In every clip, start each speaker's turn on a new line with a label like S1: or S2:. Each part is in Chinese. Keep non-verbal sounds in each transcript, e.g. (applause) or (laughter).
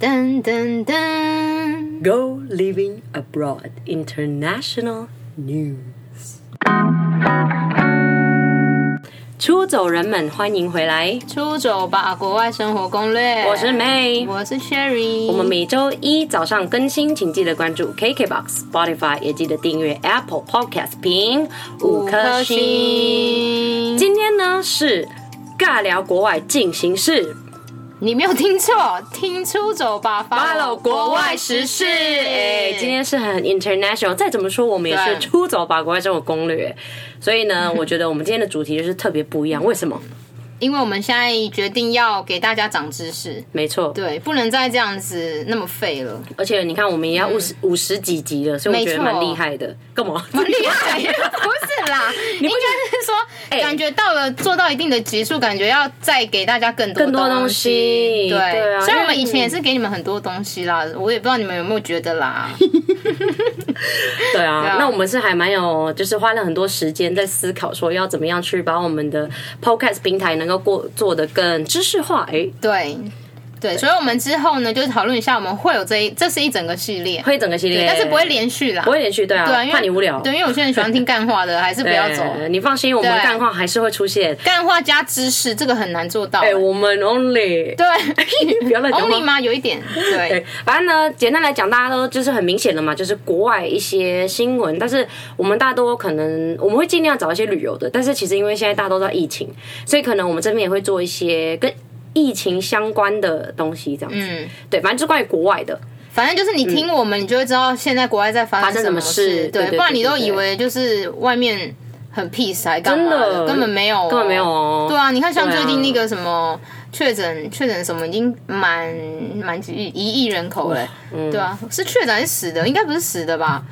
S1: 噔噔噔，
S2: Go Living Abroad International News。出走人们，欢迎回来，
S1: 出走吧，国外生活攻略。
S2: 我是 May。
S1: 我是 Sherry。
S2: 我们每周一早上更新，请记得关注 KKBOX、Spotify，也记得订阅 Apple Podcast，评五颗星。
S1: 星。
S2: 今天呢是尬聊国外进行式
S1: 你没有听错，听出走吧
S2: ，follow 国外时事。哎、今天是很 international，再怎么说我们也是
S1: 对嗯
S2: 出走吧国外生活攻略。所以呢，我觉得我们今天的主题就是特别不一样。为什么？
S1: 因为我们现在决定要给大家长知识，
S2: 没错，
S1: 对，不能再这样子那么废了，
S2: 而且你看，我们也要五十五十几集了，所以我觉得
S1: 嗯没错
S2: 蛮厉害的。干嘛？
S1: 不厉害，不是啦，应该是说、
S2: 哎
S1: 感觉到了做到一定的级数，感觉要再给大家更多
S2: 更多东西
S1: 西，对，
S2: 对啊
S1: 虽然我们
S2: 因为
S1: 以前也是给你们很多东西啦，我也不知道你们有没有觉得
S2: (laughs)
S1: 啦，
S2: 对啊
S1: 啊，
S2: 那我们是还蛮有，就是花了很多时间在思考，说要怎么样去把我们的 podcast 平台能够过做的更知识化。哎、
S1: 对。对，所以，我们之后呢，就讨论一下，我们会有这一，这是一整个系列，
S2: 会整个系列，
S1: 对但是不会连续啦，
S2: 不会连续，对啊，
S1: 对啊，因为
S2: 怕你无聊。
S1: 对，因为有些人喜欢听干
S2: (laughs)
S1: 话的，还是不
S2: 对，
S1: 要走。
S2: 你放心，我们
S1: 对
S2: 干话还是会出现。
S1: 干话加知识，这个很难做到。
S2: 哎、我们 only
S1: 对
S2: (laughs) 不要乱讲话
S1: ，only 吗？有一点，对
S2: 对，反正呢，简单来讲，大家都就是很明显的嘛，就是国外一些新闻，但是我们大多可能我们会尽量找一些旅游的，但是其实因为现在大家都在疫情，所以可能我们这边也会做一些跟疫情相关的东西，这样子。
S1: 嗯
S2: 对，反正就是关于国外的，
S1: 反正就是你听我们，你就会知道现在国外在发
S2: 生
S1: 生
S2: 什么
S1: 么
S2: 事嗯对
S1: 对，
S2: 对
S1: 不然你
S2: 对
S1: 都
S2: 对
S1: 以为就是外面很 peace 还干嘛
S2: 真的
S1: 的，根本没有哦，
S2: 根本没有哦
S1: 对啊，你看像
S2: 对啊
S1: 最近那个什么确诊确诊什么，已经满满几亿一亿人口嘞，
S2: 嗯
S1: 对啊，是确诊还是死的？应该不是死的吧？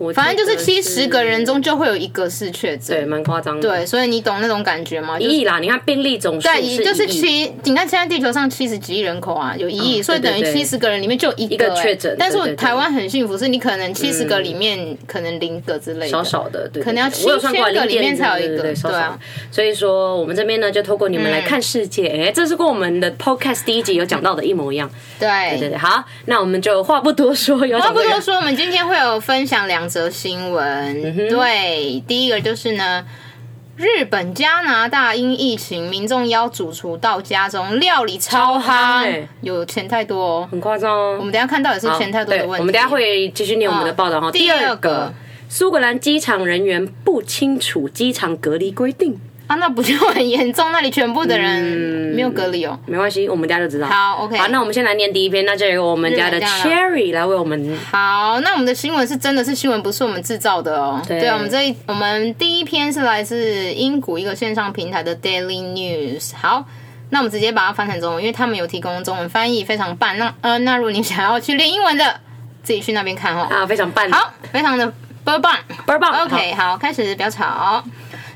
S2: 我
S1: 反正就
S2: 觉
S1: 是
S2: 得
S1: 七十个人，中就会有一个是确诊，
S2: 对，蛮夸张的。
S1: 对，所以你懂那种感觉吗？就是
S2: 一亿啦，你看病例总数
S1: 对，也就是
S2: 一亿哦
S1: 七，你看现在地球上七十几亿人口啊，有一亿，所以等于
S2: 对对对
S1: 七十个人里面就有一
S2: 一个
S1: 欸
S2: 确诊
S1: 但是
S2: 对
S1: 我
S2: 对对
S1: 台湾很幸福，是你可能七十个里面可能零个之类的，
S2: 少少的，对，可
S1: 能要
S2: 我有算过啊
S1: 7000个里面才有一个
S2: 0.1对，少
S1: 对
S2: 少
S1: 啊。嗯
S2: 所以说，我们这边呢，就透过你们来看世界，哎，这是跟我们的 podcast 第一集有讲到的一模一样。
S1: 对
S2: 对对，好，那我们就话不多说，有
S1: 哦话不多
S2: 讲这个
S1: 说，我们今天会有分享两则新闻。嗯对，第一个就是呢，日本、加拿大因疫情，民众邀主厨到家中料理超
S2: 超夯
S1: 夯
S2: 欸，
S1: 有钱太多哦。
S2: 很夸张哦。
S1: 我们等一下看到底是
S2: 好
S1: 钱太多
S2: 对
S1: 的问题。
S2: 我们等一下会继续念我们的报道哈。
S1: 嗯第
S2: 二
S1: 二
S2: 个
S1: 个，
S2: 苏格兰机场人员不清楚机场隔离规定，
S1: 啊，那不就很严重？那里全部的人没有隔离哦。
S2: 没关系，我们等一下就知道。
S1: 好，OK
S2: 好，那我们先来念第一篇，那就由我们家的
S1: 日本家的
S2: Cherry 来为我们
S1: 好，那我们的新闻是真的是新闻，不是我们制造的哦。
S2: 对
S1: 我们这一我们第一篇是来自英谷一个线上平台的 Daily News。好，那我们直接把它翻成中文，因为他们有提供中文翻译，非常棒。那呃，那如果你想要去练英文的，自己去那边看哦。
S2: 啊非常棒，
S1: 好，非常的倍儿棒。
S2: 倍儿棒
S1: OK，
S2: 好
S1: 好，开始，不要吵。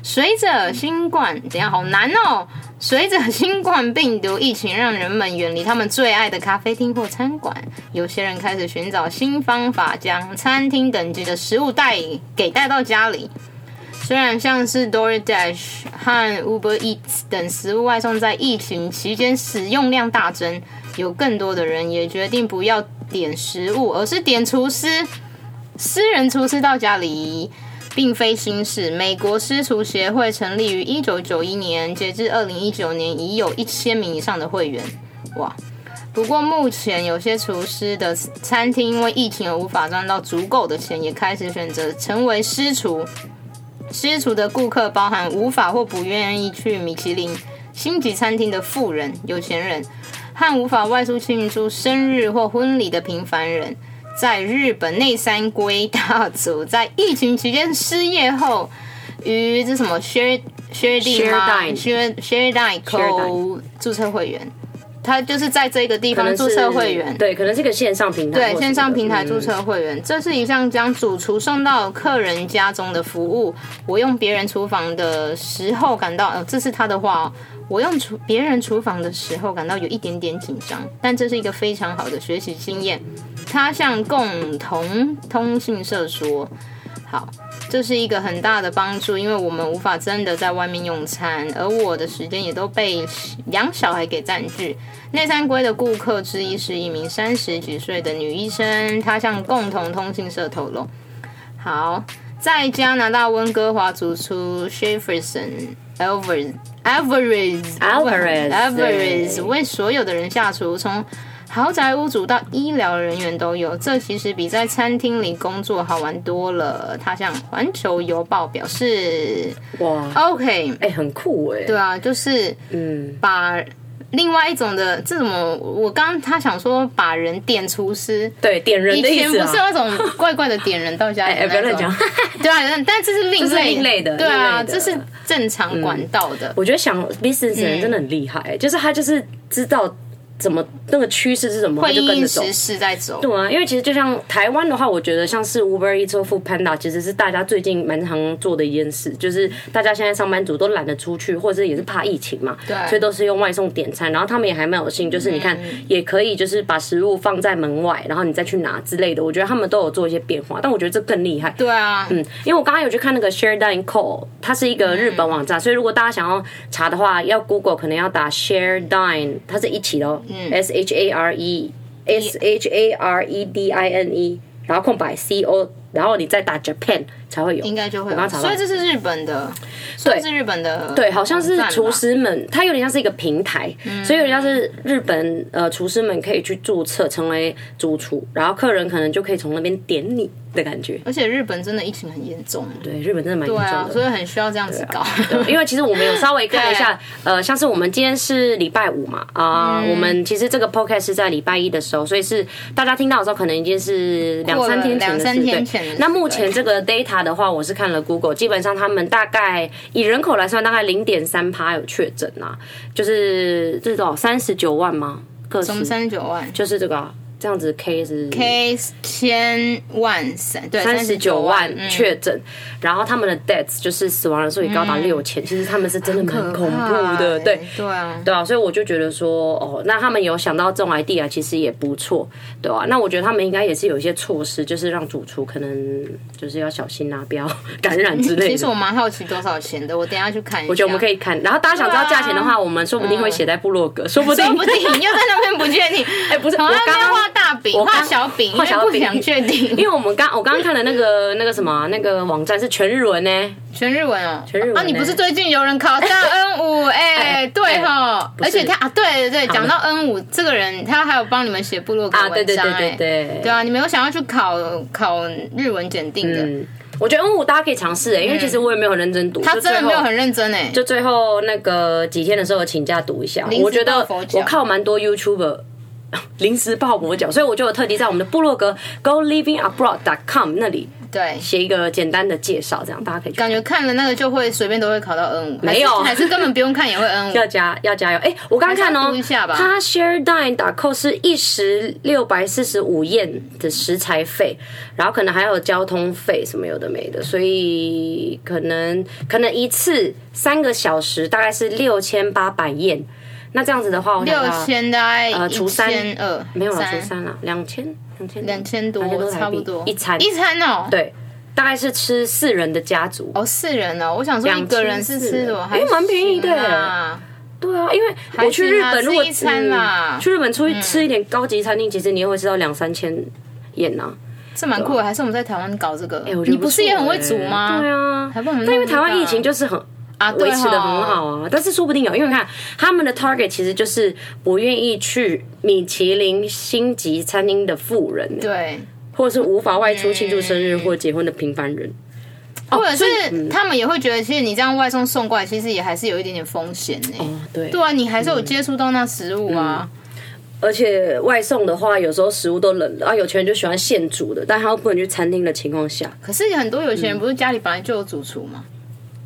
S1: 随着新冠，怎样好难哦。随着新冠病毒疫情，让人们远离他们最爱的咖啡厅或餐馆，有些人开始寻找新方法，将餐厅等级的食物带给带到家里。虽然像是 DoorDash 和 Uber Eats 等食物外送在疫情期间使用量大增，有更多的人也决定不要点食物，而是点厨师、私人厨师到家里。并非新事。美国私厨协会成立于一九九一年，截至二零一九年已有一千名以上的会员。哇！不过目前有些厨师的餐厅因为疫情而无法赚到足够的钱，也开始选择成为私厨。私厨的顾客包含无法或不愿意去米其林星级餐厅的富人、有钱人，和无法外出庆祝生日或婚礼的平凡人。在日本内山龟大族在疫情期间失业后，于这什么 share share d 吗
S2: Sherdine
S1: share share d 扣
S2: Sherdine
S1: 注册会 (laughs) 员，他就是在这个地方注册会员。
S2: 对，可能是个线上平台或
S1: 对
S2: 什么的，嗯
S1: 线上平台注册会员，这是一项将主厨送到客人家中的服务。我用别人厨房的时候感到，呃，这是他的话哦。我用厨别人厨房的时候感到有一点点紧张，但这是一个非常好的学习经验。他向共同通信社说：“好，这是一个很大的帮助，因为我们无法真的在外面用餐，而我的时间也都被养小孩给占据。内三龟的顾客之一是一名三十几岁的女医生，她向共同通信社透露，好，在加拿大温哥华族出 Jefferson Alvarez Alvarez
S2: Alvarez，
S1: Alvarez
S2: 对
S1: 为所有的人下厨，从豪宅屋主到医疗人员都有，这其实比在餐厅里工作好玩多了。他向《环球邮报》表示
S2: 哇，
S1: ：“OK，
S2: 哎、很酷哎、
S1: 对啊，就是
S2: 嗯，
S1: 把另外一种的这种，我刚他想说把人点厨师，
S2: 对，点人
S1: 以
S2: 的意
S1: 前
S2: 思
S1: 不是
S2: 啊。
S1: 那种怪怪的点人到
S2: (laughs)
S1: 家里
S2: 哎、
S1: 的
S2: 不要
S1: 那
S2: 乱
S1: 种
S2: 讲。。
S1: 对啊，但但这是另
S2: 这是
S1: 类
S2: 另类的
S1: 对啊，
S2: 另类的嗯
S1: 这是正常管道的。
S2: 我觉得想 business 的人真的很厉害、
S1: 嗯
S2: 就是他就是知道怎么那个趋势是什么，他
S1: 会
S2: 就跟
S1: 因
S2: 着走。
S1: 时事在走，
S2: 对啊，因为其实就像台湾的话，我觉得像是 Uber Eats 或 Panda，其实是大家最近蛮常做的一件事，就是大家现在上班族都懒得出去，或者是也是怕疫情嘛，
S1: 对
S2: 所以都是用外送点餐。然后他们也还蛮有心，就是你看、也可以就是把食物放在门外，然后你再去拿之类的。我觉得他们都有做一些变化，但我觉得这更厉害。
S1: 对啊，
S2: 嗯，因为我刚刚有去看那个 Share Dine Call，它是一个日本网
S1: 嗯
S2: 站，所以如果大家想要查的话，要 Google 可能要打 Share Dine，它是一起的哦、s
S1: 嗯
S2: H A R E S H A R E D I N E，然后空白 C O，然后你再打 Japan 才会有，
S1: 应该就会
S2: 我刚
S1: 有。
S2: 查到
S1: 所以这是日本的，算是日本的，
S2: 对，好像是
S1: 网站吧嗯
S2: 厨。师们，它有点像是一个平台，所以有点像是日本呃厨师们可以去注册成为主厨，然后客人可能就可以从那边点你的感觉。
S1: 而且日本真的疫情很严重，
S2: 对，日本真的蛮严
S1: 对
S2: 重的。
S1: 啊，所以很需要这样子搞。
S2: 对啊因为其实我们有稍微看了一下，呃，像是我们今天是礼拜五嘛，啊、
S1: 嗯
S2: 我们其实这个 podcast 是在礼拜一的时候，所以是大家听到的时候，可能已经是两
S1: 过了
S2: 三天前的
S1: 两
S2: 事。
S1: 三天
S2: 对
S1: 前的事
S2: 那目前这个 data 的话，我是看了 Google，基本上他们大概以人口来算，大概零点三趴有确诊啊，就是这种三十九万吗？
S1: (laughs)
S2: 个
S1: 什么
S2: 十
S1: 三十九万
S2: 就是这个啊、这样子 K 是
S1: K 千万三对
S2: 三十九万
S1: 嗯
S2: 确诊，然后他们的 deaths 就是死亡人数也高
S1: 嗯
S2: 达六千、其实他们是真的蛮恐怖的，
S1: 哎
S2: 对。
S1: 对啊，
S2: 对啊，所以我就觉得说，哦，那他们有想到这种 idea，其实也不错，对啊，那我觉得他们应该也是有一些措施，就是让主厨可能就是要小心啊， (laughs) 不要感染之类
S1: 嗯其实我
S2: 的。
S1: 蛮好奇多少钱的，我等一下去看一下。
S2: 我觉得我们可
S1: 以，
S2: 以看，然后大家想知道价钱的话，我们说不定会写在部落格，说不定
S1: 啊嗯说不 (laughs) 定啊又在那边不确 (laughs) 定。
S2: (laughs) 哎不是
S1: 从来
S2: 我
S1: 没
S2: 刚刚
S1: 有画大饼，
S2: 我刚
S1: 画小饼，
S2: 画小饼
S1: 因为不想确定
S2: 因。为我们刚我刚刚看的那个那个什么啊、那个网站是全日文呢，
S1: (laughs) 全日文哦，全
S2: 日文
S1: 啊！你不是最近有人考上 N 五 (laughs) 哎，对哈，
S2: 是
S1: 而且他啊，对对对，讲
S2: 们
S1: 到 N 五这个人，他还有帮你们写部落格
S2: 啊，对
S1: 文
S2: 对
S1: 章
S2: 对
S1: 哎，
S2: 对对
S1: 对啊，你没有想要去考考日文检定的，
S2: 嗯，我觉得 N 五大家可以尝试哎、因为其实我也没有很认真读，
S1: 他
S2: 就
S1: 真的
S2: 最
S1: 没有
S2: 后
S1: 很认真哎，
S2: 就最后那个几天的时候请假读一下
S1: 临，时
S2: 我觉
S1: 抱
S2: 得
S1: 佛脚
S2: 我靠蛮多 YouTuber (laughs) 临时抱佛脚，所以我就有特地在我们的部落格 Go Living Abroad com 那里
S1: 对。
S2: 写一个简单的介绍，这样大家可以去
S1: 感觉看了那个就会随便都会考到 N 五，
S2: 没有
S1: 还是还是根本不用看也会 N 五。
S2: 要加要加油！哎、我刚看
S1: 还是要
S2: 哦、
S1: 读一下吧
S2: 它 Share Dine 打扣是一时六百四十五宴的食材费，然后可能还有交通费什么有的没的，所以可能可能一次三个小时大概是六千八百宴。那这样子的话，我
S1: 六
S2: 想到
S1: 千大概一
S2: 呃除三
S1: 千二，
S2: 没有了，除三了，两千两千
S1: 两千多
S2: 2000，台币
S1: 差不多
S2: 一餐
S1: 一餐哦，
S2: 对，大概是吃四人的家族。
S1: 哦四人哦，我想说一个人是
S2: 两千四
S1: 吃什么？
S2: 哎蛮便宜的
S1: 还行啊
S2: 对啊，因为我去日本如果
S1: 还啊是拿吃一餐啦
S2: 嗯去日本出去吃一点高级餐厅，其实你也会吃到两三千元啊呐。
S1: 这蛮酷的，还是我们在台湾搞这个？
S2: 哎我觉
S1: 你
S2: 得
S1: 不
S2: 错
S1: 是也很会煮
S2: 欸
S1: 吗？
S2: 对啊，
S1: 还不我们弄一个啊
S2: 但因为台湾疫情就是很
S1: 啊，
S2: 维
S1: 对
S2: 持的很
S1: 吼
S2: 好啊，但是说不定有，因为你看他们的 target 其实就是不愿意去米其林星级餐厅的富人，
S1: 对，
S2: 或者是无法外出庆祝生日或结婚的平凡人。
S1: 或者
S2: 哦所以嗯
S1: 是他们也会觉得，其实你这样外送送过来，其实也还是有一点点风险呢、
S2: 哦，对嗯
S1: 对啊，你还是有接触到那食物啊，
S2: 而且外送的话，有时候食物都冷了啊，有钱人就喜欢现煮的，但他又不能去餐厅的情况下，
S1: 可是很多有钱人不是家里本来就有主厨嘛，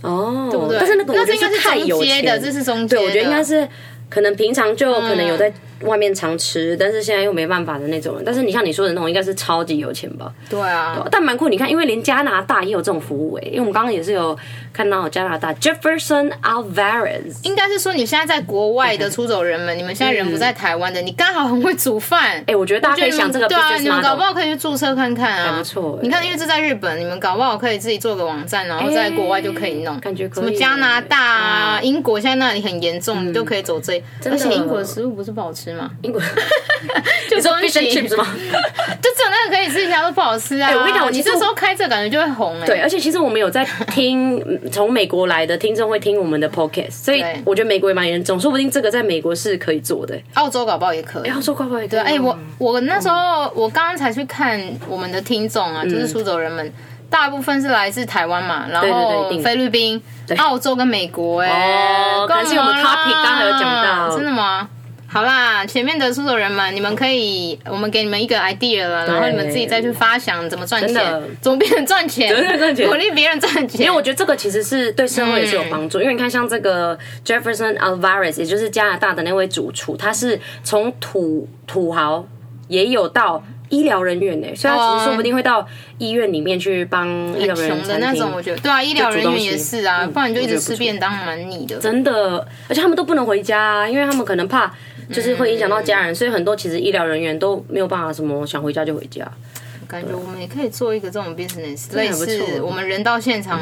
S2: 哦，
S1: 对不对？
S2: 但是那个我觉
S1: 那
S2: 得
S1: 应该
S2: 太
S1: 中
S2: 有
S1: 阶
S2: 钱
S1: 的，这是中阶的，嗯
S2: 对，我觉得应该是可能平常就可能有在外面常吃，但是现在又没办法的那种人。但是你像你说的那种，应该是超级有钱吧？
S1: 对啊，
S2: 但蛮酷，你看，因为连加拿大也有这种服务哎、因为我们刚刚也是有看到加拿大 Jefferson Alvarez，
S1: 应该是说你现在在国外的出走人们，你们现在人不在台湾的，你刚好很会煮饭。
S2: 哎、我觉得大家可以
S1: 你
S2: 想
S1: 们
S2: 这个
S1: 对啊，
S2: business
S1: 你们搞不
S2: model，
S1: 好可以去注册看看啊，
S2: 不错欸哎
S1: 你看，因为这在日本，你们搞不好可以自己做个网站，然后在国外就可以弄。
S2: 感觉可
S1: 什么
S2: 以
S1: 加拿大啊、
S2: 嗯
S1: 英国现在那里很严重，你都可以走这一。而且
S2: 的
S1: 英国的食物不是不好吃
S2: (laughs)
S1: 吗？(laughs)
S2: 英国
S1: 就
S2: 你说
S1: 光
S2: fish and
S1: 行 (laughs)
S2: chips 吗？哎
S1: 就只有那个可以吃，其他都不好吃啊！
S2: 我跟你讲我
S1: 你
S2: 其实
S1: 这时候开这感觉就会红哎、
S2: 对，而且其实我们有在听嗯从美国来的听众会听我们的 podcast，所以
S1: 对
S2: 我觉得美国也蛮严重，说不定这个在美国是可以做的、欸。
S1: 澳洲搞不好也可以。
S2: 要说快快对
S1: 哎、我我那时候我刚刚才去看我们的听众啊，就是出走人们，大部分是来自台湾嘛，然
S2: 嗯对对
S1: 后
S2: 一定
S1: 菲律宾、澳洲跟美国、哎、
S2: 哦可能是我们
S1: 干嘛啦
S2: topic 刚才有讲到
S1: 真的吗？好啦，前面的出走人们，你们可以，我们给你们一个 idea 了，然后你们自己再去发想怎么赚
S2: 真
S1: 钱
S2: 的，
S1: 怎么别人赚钱，
S2: 么别人赚钱
S1: 鼓励别人赚钱。
S2: 因为我觉得这个其实是对社会也是
S1: 嗯
S2: 有帮助，因为你看像这个 Jefferson Alvarez，也就是加拿大的那位主厨，他是从土土豪也有到医疗人员呢、所以他其实说不定会到医院里面去帮医疗人员
S1: 穷的
S2: 餐
S1: 那
S2: 厅
S1: 种，我觉得对啊，医疗人员也是啊，
S2: 嗯
S1: 不然你就一
S2: 我觉
S1: 直
S2: 得不
S1: 吃
S2: 错
S1: 便当蛮腻的。
S2: 真的，而且他们都不能回家、啊，因为他们可能怕就是会影响
S1: 嗯
S2: 到家人，所以很多其实医疗人员都没有办法什么想回家就回家。 (laughs)
S1: 感觉我们也可以做一个这种 business，类
S2: 还不
S1: 似
S2: 错嗯
S1: 我们人到现场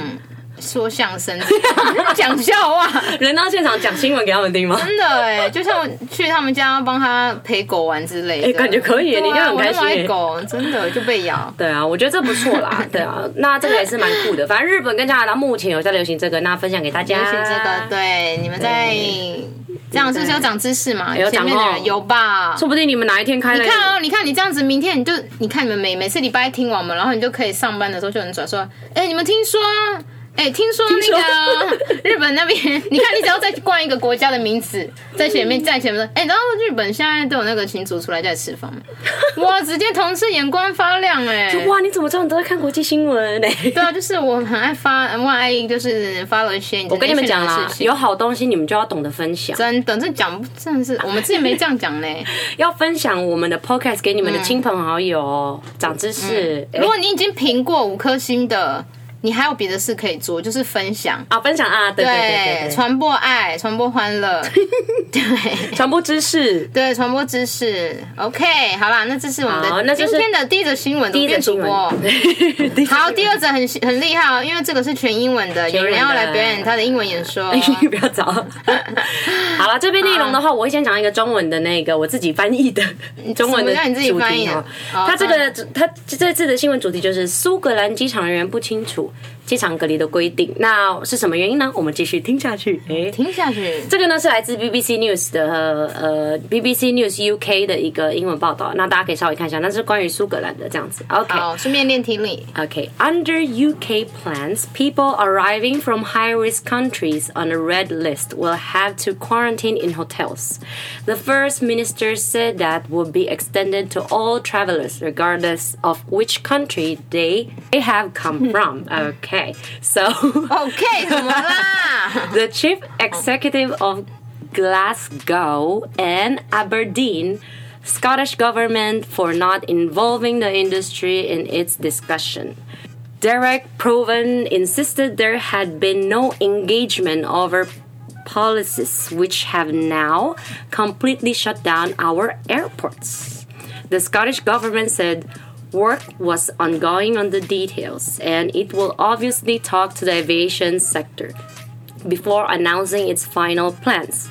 S1: 说相声、 (laughs) 讲笑话，
S2: 人到现场讲新闻给他们听吗？
S1: 真的哎，就像我去他们家帮他陪狗玩之类的，
S2: 哎感觉可以
S1: 对啊
S2: 你一定很开心
S1: 我那么
S2: 耶
S1: 爱狗，真的就被
S2: (laughs)
S1: 咬。
S2: 对啊，我觉得这不错
S1: (laughs)
S2: 啦。对啊，那这个也是蛮酷的。反正日本跟加拿大目前有在流行这个，那分享给大家。
S1: 尤其这个，，对你们在这样是不是有长知识嘛？
S2: 有
S1: 前
S2: 长
S1: 面的
S2: 哦
S1: 人有吧？
S2: 说不定你们哪一天开了，
S1: 你看哦，你看你这样子，明天你就你看你们每每次礼拜一听完嘛，然后你就可以上班的时候就能转说，哎、你们听说。哎、听说那个 (laughs) 日本那
S2: (laughs)
S1: 边，你看，你只要再冠一个国家的名字在前面，在前面说，哎、你知道日本现在都有那个群主出来在吃饭
S2: (laughs)
S1: 吗？哇，直接同事眼光发亮哎、
S2: 哇，你怎么知道你都在看国际新
S1: (laughs)
S2: 闻呢？
S1: 对啊，就是我很爱发，我很爱就是发了一些我
S2: 我跟你们讲啦
S1: 事，情，
S2: 有好东西你们就要懂得分享，
S1: 真的这讲不真的是我们之前没这样讲嘞。
S2: 要分享我们的 podcast 给你们的亲朋好友哦，长知识。哎
S1: 嗯如果你已经评过五颗星的，你还有别的事可以做，就是分享。
S2: 啊，分享啊，对对对对
S1: 对，
S2: 对，
S1: 传播爱，传播欢
S2: (laughs)
S1: 乐，对
S2: 传播知识。
S1: 对，传播知识。OK，好啦，那这是我们
S2: 好
S1: 的
S2: 那这
S1: 今
S2: 是
S1: 天的第一则新闻，
S2: 第一
S1: 怎么变
S2: 则
S1: 主
S2: 新
S1: 播
S2: 闻 (laughs)
S1: 哦。好，第二则很很厉害哦，因为这个是全英文的，有人要来表演他的英文演说。
S2: 不要
S1: (laughs)
S2: 找。好了，这边内容的话，我会先讲一个中文的那个我自己翻译的中文
S1: 嗯
S2: 的
S1: 什么叫你自己
S2: 主
S1: 翻译
S2: 题
S1: 啊
S2: 哦。
S1: 哦
S2: 他这个他这次的新闻主题就是苏格兰机场人员不清楚机场隔离的规定，那是什么原因呢？我们继续听下去。诶。
S1: 听下去，
S2: 这个呢是来自 BBC News 的呃 BBC News UK 的一个英文报道，那大家可以稍微看一下，那是关于苏格兰的这样子。OK，
S1: 好，顺便练听力。
S2: Okay, under UK plans, people arriving from high risk countries on a red list will have to quarantine in hotels. The First Minister said that would be extended to all travelers, regardless of which country they, they have come from. Okay, so.
S1: OK，怎么啦？ (laughs)
S2: The chief executive of Glasgow and Aberdeen Scottish government for not involving the industry in its discussion. Derek Proven insisted there had been no engagement over policies which have now completely shut down our airports. The Scottish government said work was ongoing on the details and it will obviously talk to the aviation sector before announcing its final plans.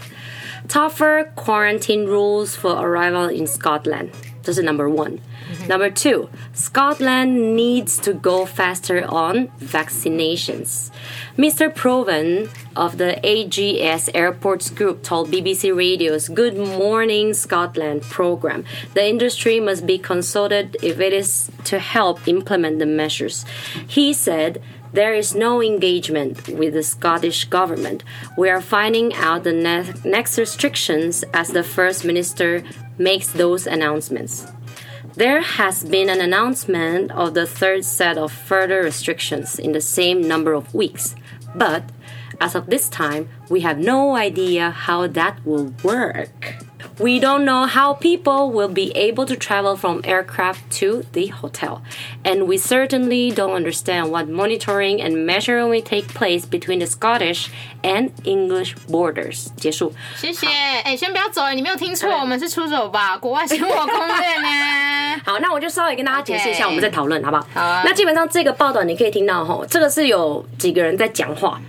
S2: Tougher quarantine rules for arrival in Scotland. This is number one. Number two, Scotland needs to go faster on vaccinations. Mr. Proven of the AGS Airports Group told BBC Radio's Good Morning Scotland program the industry must be consulted if it is to help implement the measures. He said, there is no engagement with the Scottish government. We are finding out the ne- next restrictions as the First Minister makes those announcements. There has been an announcement of the third set of further restrictions in the same number of weeks, but As of this time, we have no idea how that will work. We don't know how people will be able to travel from aircraft to the hotel, and we certainly don't understand what monitoring and measuring will take place between the Scottish and English borders. 结束。
S1: 谢谢。哎、先不要走，你没有听错，
S2: 哎
S1: 我们是出走吧，国外生活攻略
S2: (laughs)
S1: 呢。
S2: 好，那我就稍微跟大家解释一下，
S1: OK
S2: 我们再讨论好不好？
S1: 好啊
S2: 那基本上这个报道你可以听到吼，这个是有几个人在讲
S1: (laughs)
S2: 话，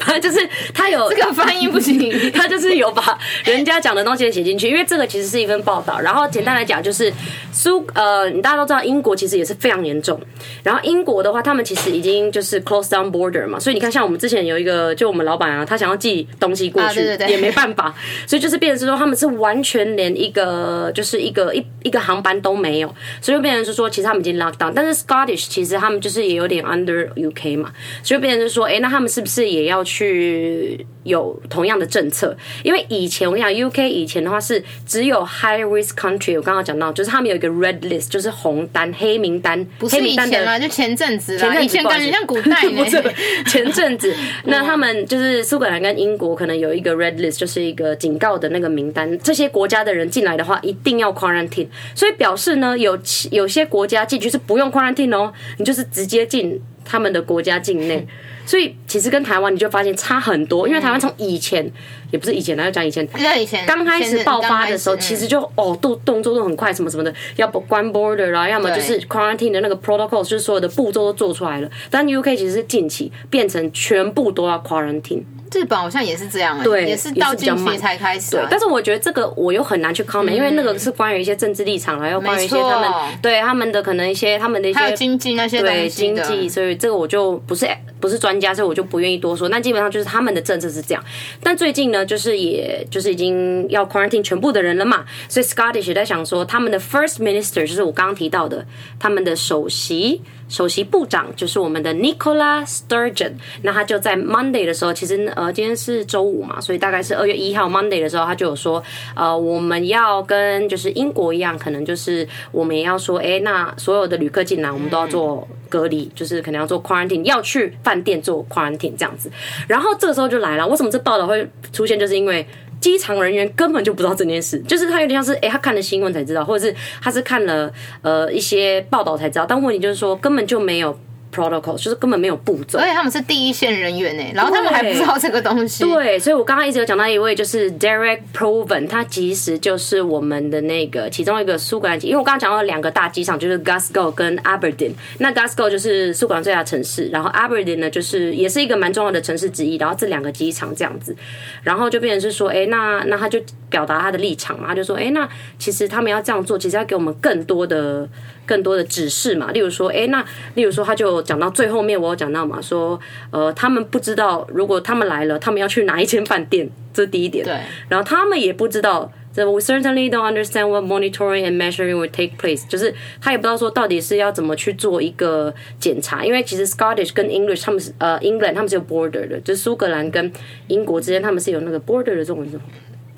S2: 反正就是他有
S1: 这个翻译不行。
S2: (laughs) 他就是有把人家讲的东西写进去，因为这个其实是一份报道。然后简单来讲，就是苏呃，你大家都知道英国其实也是非常严重。然后英国的话，他们其实已经就是 close down border 嘛，所以你看，像我们之前有一个，就我们老板啊，他想要寄东西过去，
S1: 啊对对对
S2: 也没办
S1: (laughs)
S2: 法，所以就是变成是说他们是完全连一个就是一个一一个航班都没有，所以就变成是说其实他们已经 lock down。但是 Scottish 其实他们就是也有点 under UK 嘛，所以变成是说，哎、那他们是不是也要去有同样的政策？因为以前我跟你讲，UK 以前的话是只有 high risk country，我刚刚讲到，就是他们有一个 red list，就是红单、黑名单，
S1: 不
S2: 黑
S1: 是以
S2: 名单的
S1: 前啊啦，就前阵子啦，
S2: 前阵子
S1: 以前感觉像古代
S2: 不是
S1: 呢。
S2: (laughs) 前阵子，那他们就是苏格兰跟英国可能有一个 red list，就是一个警告的那个名单。这些国家的人进来的话，一定要 quarantine。所以表示呢，有其有些国家进去是不用 quarantine 哦，你就是直接进他们的国家境内。所以其实跟台湾你就发现差很多，因为台湾从以前也不是以前啦，要讲以
S1: (laughs)
S2: 前，
S1: 就像以前
S2: 刚开始爆发的时候，
S1: 刚开始嗯
S2: 其实就哦，都动作都很快，什么什么的，要不关 border 啊，要么就是 quarantine 的那个 protocol，就是所有的步骤都做出来了。但 UK 其实是近期变成全部都要 quarantine，
S1: 日本好像也是这样、欸，
S2: 对
S1: 也是到
S2: 也是比较
S1: 进去
S2: 慢
S1: 才开始、
S2: 对
S1: 啊，。
S2: 但是我觉得这个我又很难去 comment，、因为那个是关于一些政治立场啊，又关于一些他们
S1: 没错
S2: 对他们的可能一些他们的一些
S1: 还有经济那些东
S2: 对
S1: 西
S2: 经
S1: 的
S2: 济，所以这个我就不是不是专家，所以我就不愿意多说。那基本上就是他们的政策是这样。但最近呢，就是也就是已经要 quarantine 全部的人了嘛，所以 Scottish 也在想说，他们的 First Minister 就是我刚刚提到的，他们的首席首席部长就是我们的 Nicola Sturgeon。那他就在 Monday 的时候，其实呃今天是周五嘛，所以大概是二月一号 Monday 的时候，他就有说，呃，我们要跟就是英国一样，可能就是我们也要说，哎，那所有的旅客进来，我们都要做隔离，就是可能要做 quarantine，要去饭店做 quarantine 这样子。然后这个时候就来了，为什么这报道会出现？就是因为机场人员根本就不知道这件事，就是他有点像是哎、诶他看了新闻才知道，或者是他是看了呃一些报道才知道。但问题就是说，根本就没有 protocol，就是根本没有步骤
S1: 而。且他们是第一线人员呢、欸然后他们还不知道这个东西。
S2: 对，所以我刚刚一直有讲到一位就是 Derek Proven，他其实就是我们的那个其中一个苏格兰籍，因为我刚刚讲到两个大机场，就是 Glasgow 跟 Aberdeen。那 Glasgow 就是苏格兰最大的城市，然后 Aberdeen 呢就是也是一个蛮重要的城市之一。然后这两个机场这样子，然后就变成是说，哎，那那他就表达他的立场嘛，他就说，哎，那其实他们要这样做，其实要给我们更多的。更多的指示嘛，例如说，哎，那例如说，他就讲到最后面，我有讲到嘛，说，呃，他们不知道如果他们来了，他们要去哪一间饭店，这是第一点。
S1: 对，
S2: 然后他们也不知道。这 we certainly don't understand what monitoring and measuring will take place，就是他也不知道说到底是要怎么去做一个检查，因为其实 Scottish 跟 English 他们是呃 England 他们是有 border 的，就是苏格兰跟英国之间他们是有那个 border 的这种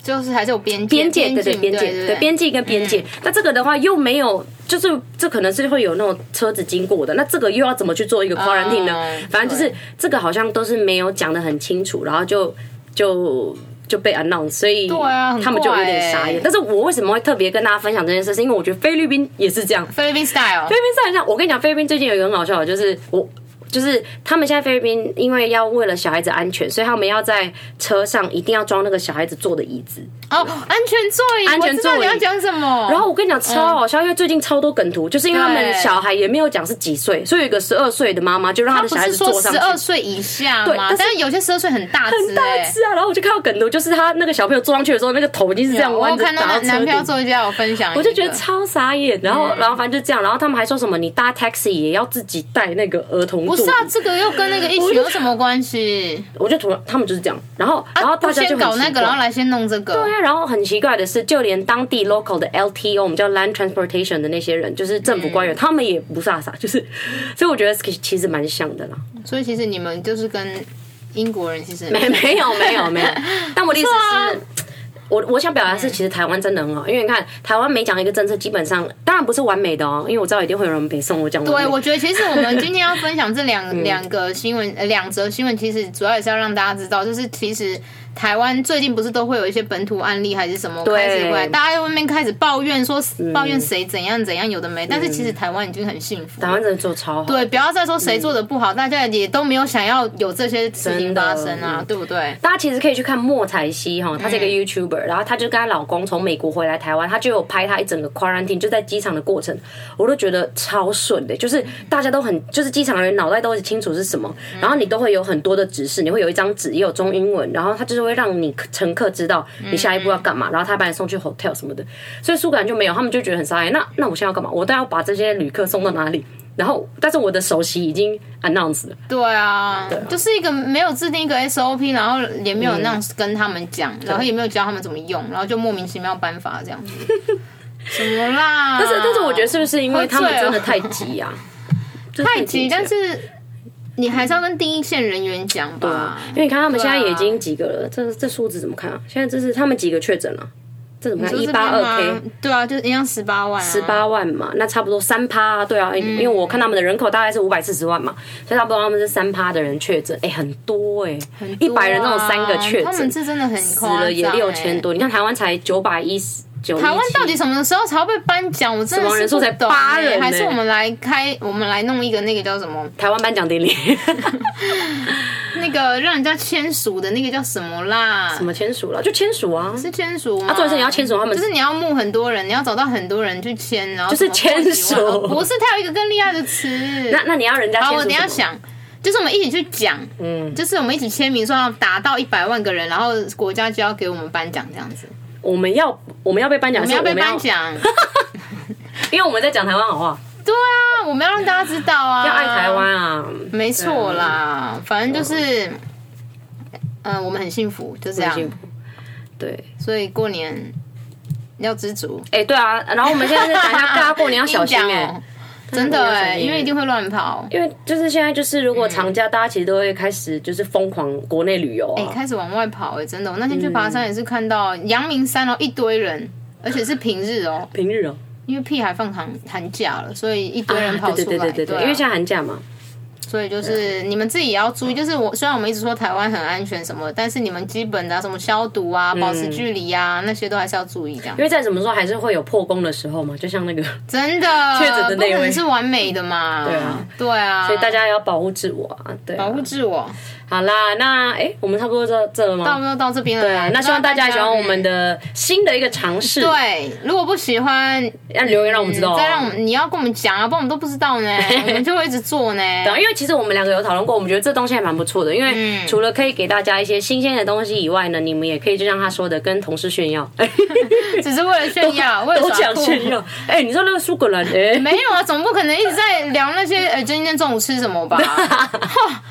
S1: 就是还是有边界
S2: 边界，对对
S1: 境
S2: 边界，
S1: 对嗯
S2: 对边界跟边界。那这个的话又没有，就是这可能是会有那种车子经过的，那这个又要怎么去做一个 quarantine 呢
S1: 嗯？
S2: 反正就是这个好像都是没有讲的很清楚，然后就就。就被 announce，所以
S1: 对啊很
S2: 他们就有点
S1: 怪欸
S2: 傻眼。但是我为什么会特别跟大家分享这件事，是因为我觉得菲律宾也是这样，
S1: 菲律宾 style
S2: 菲律宾上一下，我跟你讲，菲律宾最近有一个很好笑的，就是我。就是他们现在菲律宾，因为要为了小孩子安全，所以他们要在车上一定要装那个小孩子坐的椅子。
S1: 哦，安全座椅，
S2: 安全
S1: 我知道
S2: 座椅
S1: 你要讲什么？
S2: 然后我跟你讲超好笑，因为最近超多梗图，就是因为他们
S1: 对
S2: 小孩也没有讲是几岁，所以有一个十二岁的妈妈就让她
S1: 他
S2: 的小
S1: 不
S2: 孩
S1: 是
S2: 子
S1: 说
S2: 坐上
S1: 十
S2: 去。啊
S1: 二岁以下
S2: 对
S1: 吗？
S2: 但是
S1: 但是有些十二岁很大只、欸，
S2: 很大只啊！然后我就看到梗图，就是他那个小朋友坐上去的时候，那个头已经是这样
S1: 我
S2: 弯
S1: 有
S2: 着
S1: 看到
S2: 打到
S1: 男
S2: 车
S1: 男
S2: 顶嗯
S1: 票。作家有分享一个，
S2: 我就觉得超傻眼，然后，然后反正就这样，然后他们还说什么你搭 taxi 也要自己带那个儿童座
S1: 不
S2: 椅，
S1: 是啊，这个又跟那个疫情有什么关系？啊
S2: 我就突然他们就是这样，然后，然后
S1: 不
S2: 大家就
S1: 先
S2: 很
S1: 搞那
S2: 奇
S1: 个，
S2: 怪
S1: 然后来先弄这个
S2: 对，啊，然后很奇怪的是，就连当地 local 的 LTO，我们叫 land transportation 的那些人，就是政府
S1: 嗯
S2: 官员，他们也不傻傻，就是，所以我觉得其其实蛮像的啦。
S1: 所以其实你们就是跟英国人其实 (laughs) 啊
S2: 没没有没有没有，但我的意思是，我我想表达的
S1: 嗯
S2: 是，其实台湾真的很好，因为你看台湾每讲一个政策，基本上当然不是完美的哦，因为我知道一定会有人没送我讲完美。
S1: 对，我觉得其实我们今天要分享这
S2: (laughs)
S1: 两
S2: 嗯
S1: 两个新闻，呃两则新闻，其实主要也是要让大家知道，就是其实台湾最近不是都会有一些本土案例还是什么
S2: 对嗯
S1: 开始过来，大家在外面开始抱怨说抱怨谁怎样怎样有的没，但是其实台湾已经很幸福
S2: 台
S1: 了。
S2: 湾真嗯的做超好。
S1: 对，不要再说谁做的不好，大家也都没有想要有这些事情
S2: 真的
S1: 发生啊，
S2: 嗯
S1: 对不对？
S2: 大家其实可以去看莫彩希哈，她是一个 YouTuber，、然后她就跟她老公从美国回来台湾，她就有拍她一整个 quarantine，就在机场的过程，我都觉得超顺的，就是大家都很，就是机场的人脑袋都很清楚是什么，然后你都会有很多的指示，你会有一张纸，也有中英文，然后他就是会让你乘客知道你下一步要干嘛，然后他把你送去 hotel 什么的，所以苏格兰就没有，他们就觉得很傻眼，那那我现在要干嘛？我到底要把这些旅客送到哪里？然后，但是我的首席已经 announce 了，
S1: 对啊，就是一个没有制定一个 SOP，然后也没
S2: 嗯
S1: 有那样跟他们讲，然后也没有教他们怎么用，然后就莫名其妙颁发这样
S2: (laughs)
S1: 子，什么啦？
S2: 但是，但是我觉得是不是因为他们真的太
S1: (laughs)
S2: 急啊？
S1: 太
S2: 太
S1: 急，但是你还是要跟第一线人员讲吧。
S2: 因为你看他们现在
S1: 对啊
S2: 已经几个了，这这数字怎么看啊？现在这是他们几个确诊了？这怎么看？
S1: 就
S2: 一
S1: 这边
S2: 八
S1: 吗
S2: 二 K。
S1: 对啊，就是一样十八万、啊，
S2: 十八万嘛，那差不多三趴、啊，对啊，
S1: 嗯
S2: 因为我看他们的人口大概是五百四十万嘛，所以差不多他们是三趴的人确诊，哎、很多哎、一百、人那种三个确
S1: 啊他们
S2: 诊，
S1: 这真的很
S2: 死
S1: 死
S2: 了也六千。多，你看台湾才九百一十九，
S1: 欸台湾到底什么时候才会被颁奖？我真的
S2: 死亡
S1: 是
S2: 人数才
S1: 不懂
S2: 八
S1: 欸
S2: 人
S1: 还是
S2: 欸
S1: 我们来开，我们来弄一个那个叫什么？
S2: 台湾颁奖典礼 (laughs)
S1: 那个让人家签署的那个叫什么啦？
S2: 怎么签署了？就签署啊，
S1: 是签署吗？
S2: 啊，重点是你要签署他们
S1: 就是你要募很多人，你要找到很多人去签，然后
S2: 就
S1: 什
S2: 是
S1: 么过
S2: 签
S1: 几万
S2: 署
S1: 哦不是，它有一个更厉害的词。
S2: 那那你要人家
S1: 好，
S2: 签
S1: 我
S2: 署
S1: 等一下
S2: 什么？
S1: 想，就是我们一起去讲，嗯，就是我们一起签名，说要达到一百万个人，然后国家就要给我们颁奖这样子，
S2: 我们要我们要被颁
S1: 我
S2: 奖，我
S1: 们要被颁
S2: 们
S1: 奖，
S2: (laughs) 要，因为我们在讲台湾好话，
S1: 对啊，我们要让大家知道啊，
S2: 要爱台，湾啊，
S1: 没错啦，反正就是，嗯，我们很幸福，就这样，
S2: 幸福。对，
S1: 所以过年要知足，
S2: 哎、对啊，然后我们
S1: (laughs)
S2: 现 (laughs) 在在讲一下，大家过年要小心
S1: 硬
S2: 哎、
S1: 讲哦真的哎、
S2: 小心
S1: 欸因为一定会乱跑。
S2: 因为就是现在，就是如果长假，大家其实都会开始就是疯狂国内旅游
S1: 哎、
S2: 啊。
S1: 开始往外跑哎、真的，我那天去爬山也是看到阳明山哦，一堆人，而且是平日哦，
S2: 平日哦、
S1: 因为屁孩放寒寒假了，所以一堆人跑
S2: 对
S1: 出来，
S2: 对对对对对，
S1: 啊
S2: 因为嗯现在寒假嘛，
S1: 所以就是你们自己也要注意，就是我虽然我们一直说台湾很安全什么，但是你们基本的啊、什么消毒啊、保持距离啊，那些都还是要注意这样
S2: 嗯因。为再怎么说还是会有破功的时候嘛，就像那个，
S1: 真的，
S2: 确诊
S1: 不
S2: 的那位
S1: 可能是完美的嘛。对
S2: 啊，
S1: 对啊，
S2: 所以大家要保护自我啊，对啊
S1: 保护自我，
S2: 好啦，那哎、我们差不多这这了
S1: 差
S2: 吗
S1: 不？多到这边了。
S2: 对啊，那希望大家喜欢我们
S1: 的。
S2: 的新的一个尝试，，
S1: 对，如果不喜欢，
S2: 要留言让我们知道、哦。
S1: 再让我们你要跟我们讲啊，不然我们都不知道
S2: (laughs)
S1: 呢，我们就会一直做呢。
S2: 对因为其实我们两个有讨论过，我们觉得这东西还蛮不错的。因
S1: 嗯
S2: 为除了可以给大家一些新鲜的东西以外呢，你们也可以就像他说的，跟同事炫
S1: (laughs)
S2: 耀，
S1: 只是为了炫耀，为
S2: 都
S1: 了耍
S2: 讲
S1: 酷。
S2: 炫耀。哎、你知道那个苏格兰？哎、
S1: 没有啊，总不可能一直在聊那些呃，今天中午吃什么
S2: (laughs)
S1: 吧？哈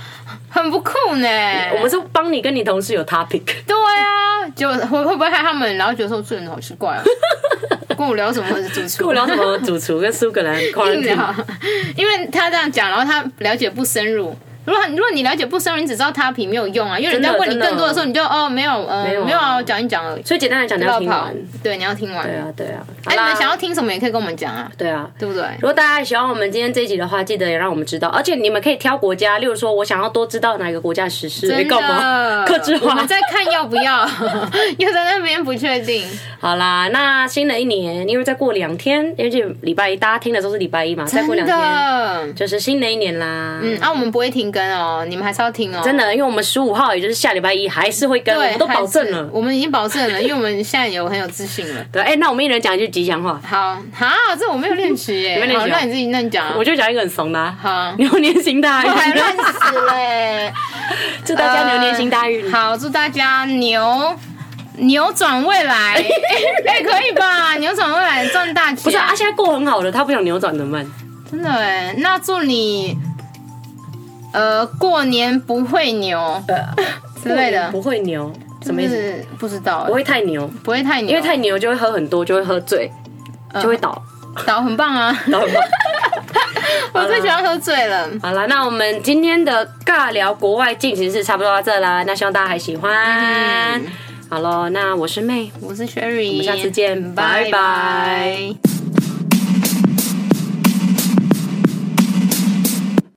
S1: 很不酷呢。
S2: 我们是帮你跟你同事有 topic，
S1: 对啊，就会会不会害他们？然后觉得说这人好奇怪哦，
S2: (laughs)
S1: 跟我聊什么主厨？
S2: 跟我聊什
S1: (laughs)
S2: 么主厨跟苏格兰 quarantine，
S1: 啊因为他这样讲，然后他了解不深入。如果如果你了解不深入，你只知道他皮没有用啊，因为人家
S2: 真的
S1: 问你更多的时候，
S2: 真
S1: 你就哦没有，呃
S2: 没有啊
S1: 没有啊，我讲一讲而已。
S2: 所以简单来讲，你
S1: 不
S2: 要
S1: 要
S2: 听
S1: 跑
S2: 完。，
S1: 对，你要听完
S2: 对。啊，对啊。好
S1: 哎，你
S2: 啦
S1: 们想要听什么也可以跟我们讲啊，
S2: 对啊。
S1: 对不对？
S2: 如果大家喜欢我们今天这一集的话，记得也让我们知道，而且你们可以挑国家，例如说我想要多知道哪个国家的时事，哎
S1: 真
S2: 干嘛？
S1: 的，
S2: (laughs) 克制
S1: 我
S2: 化
S1: 们。再看要不要， (laughs) 又在那边不确定。
S2: 好啦，那新的一年，因为再过两天，因为这礼拜一大家听的时候是礼拜一嘛，再过
S1: 真
S2: 两天
S1: 的，
S2: 就是新的一年啦。
S1: 嗯，啊，我们不会停更哦，你们还是要听哦。
S2: 真的，因为我们十五号，也就是下礼拜一还是会跟，我
S1: 对，
S2: 们都保证
S1: 还是
S2: 了。
S1: 我们已经保证了，因为我们现在有很有自信了。
S2: 对，哎、那我们一人讲一句吉祥话，
S1: 好，好，这我没有练习
S2: (laughs)
S1: 耶，
S2: 没练习
S1: 好，
S2: 哦
S1: 那你自己乱讲啊。
S2: 我就讲一个很怂的、啊，
S1: 好，
S2: (laughs) 牛年行大
S1: 我还
S2: 运，
S1: 乱死嘞。
S2: (laughs) 祝大家牛年行大运。
S1: 呃好，祝大家牛扭转未来，
S2: (laughs)
S1: 哎，可以吧？扭转未来赚大钱。
S2: 不是啊，现在过很好了，他不想扭转怎么办？
S1: 真的哎，那祝你呃过年不会牛呃之类的，
S2: 不会牛，什么意思？
S1: 就是不知道
S2: 不
S1: 哎，
S2: 会太牛，
S1: 不会太牛，嗯
S2: 因为太牛就会喝很多，就会喝醉，就会倒，
S1: 倒很棒啊。
S2: 倒很多。
S1: 我最喜欢喝醉了。
S2: 好了，那我们今天的尬聊国外进行是差不多到这啦，那希望大家还喜欢。好喽，那我是妹，
S1: 我是 Cherry，我
S2: 们下次见拜拜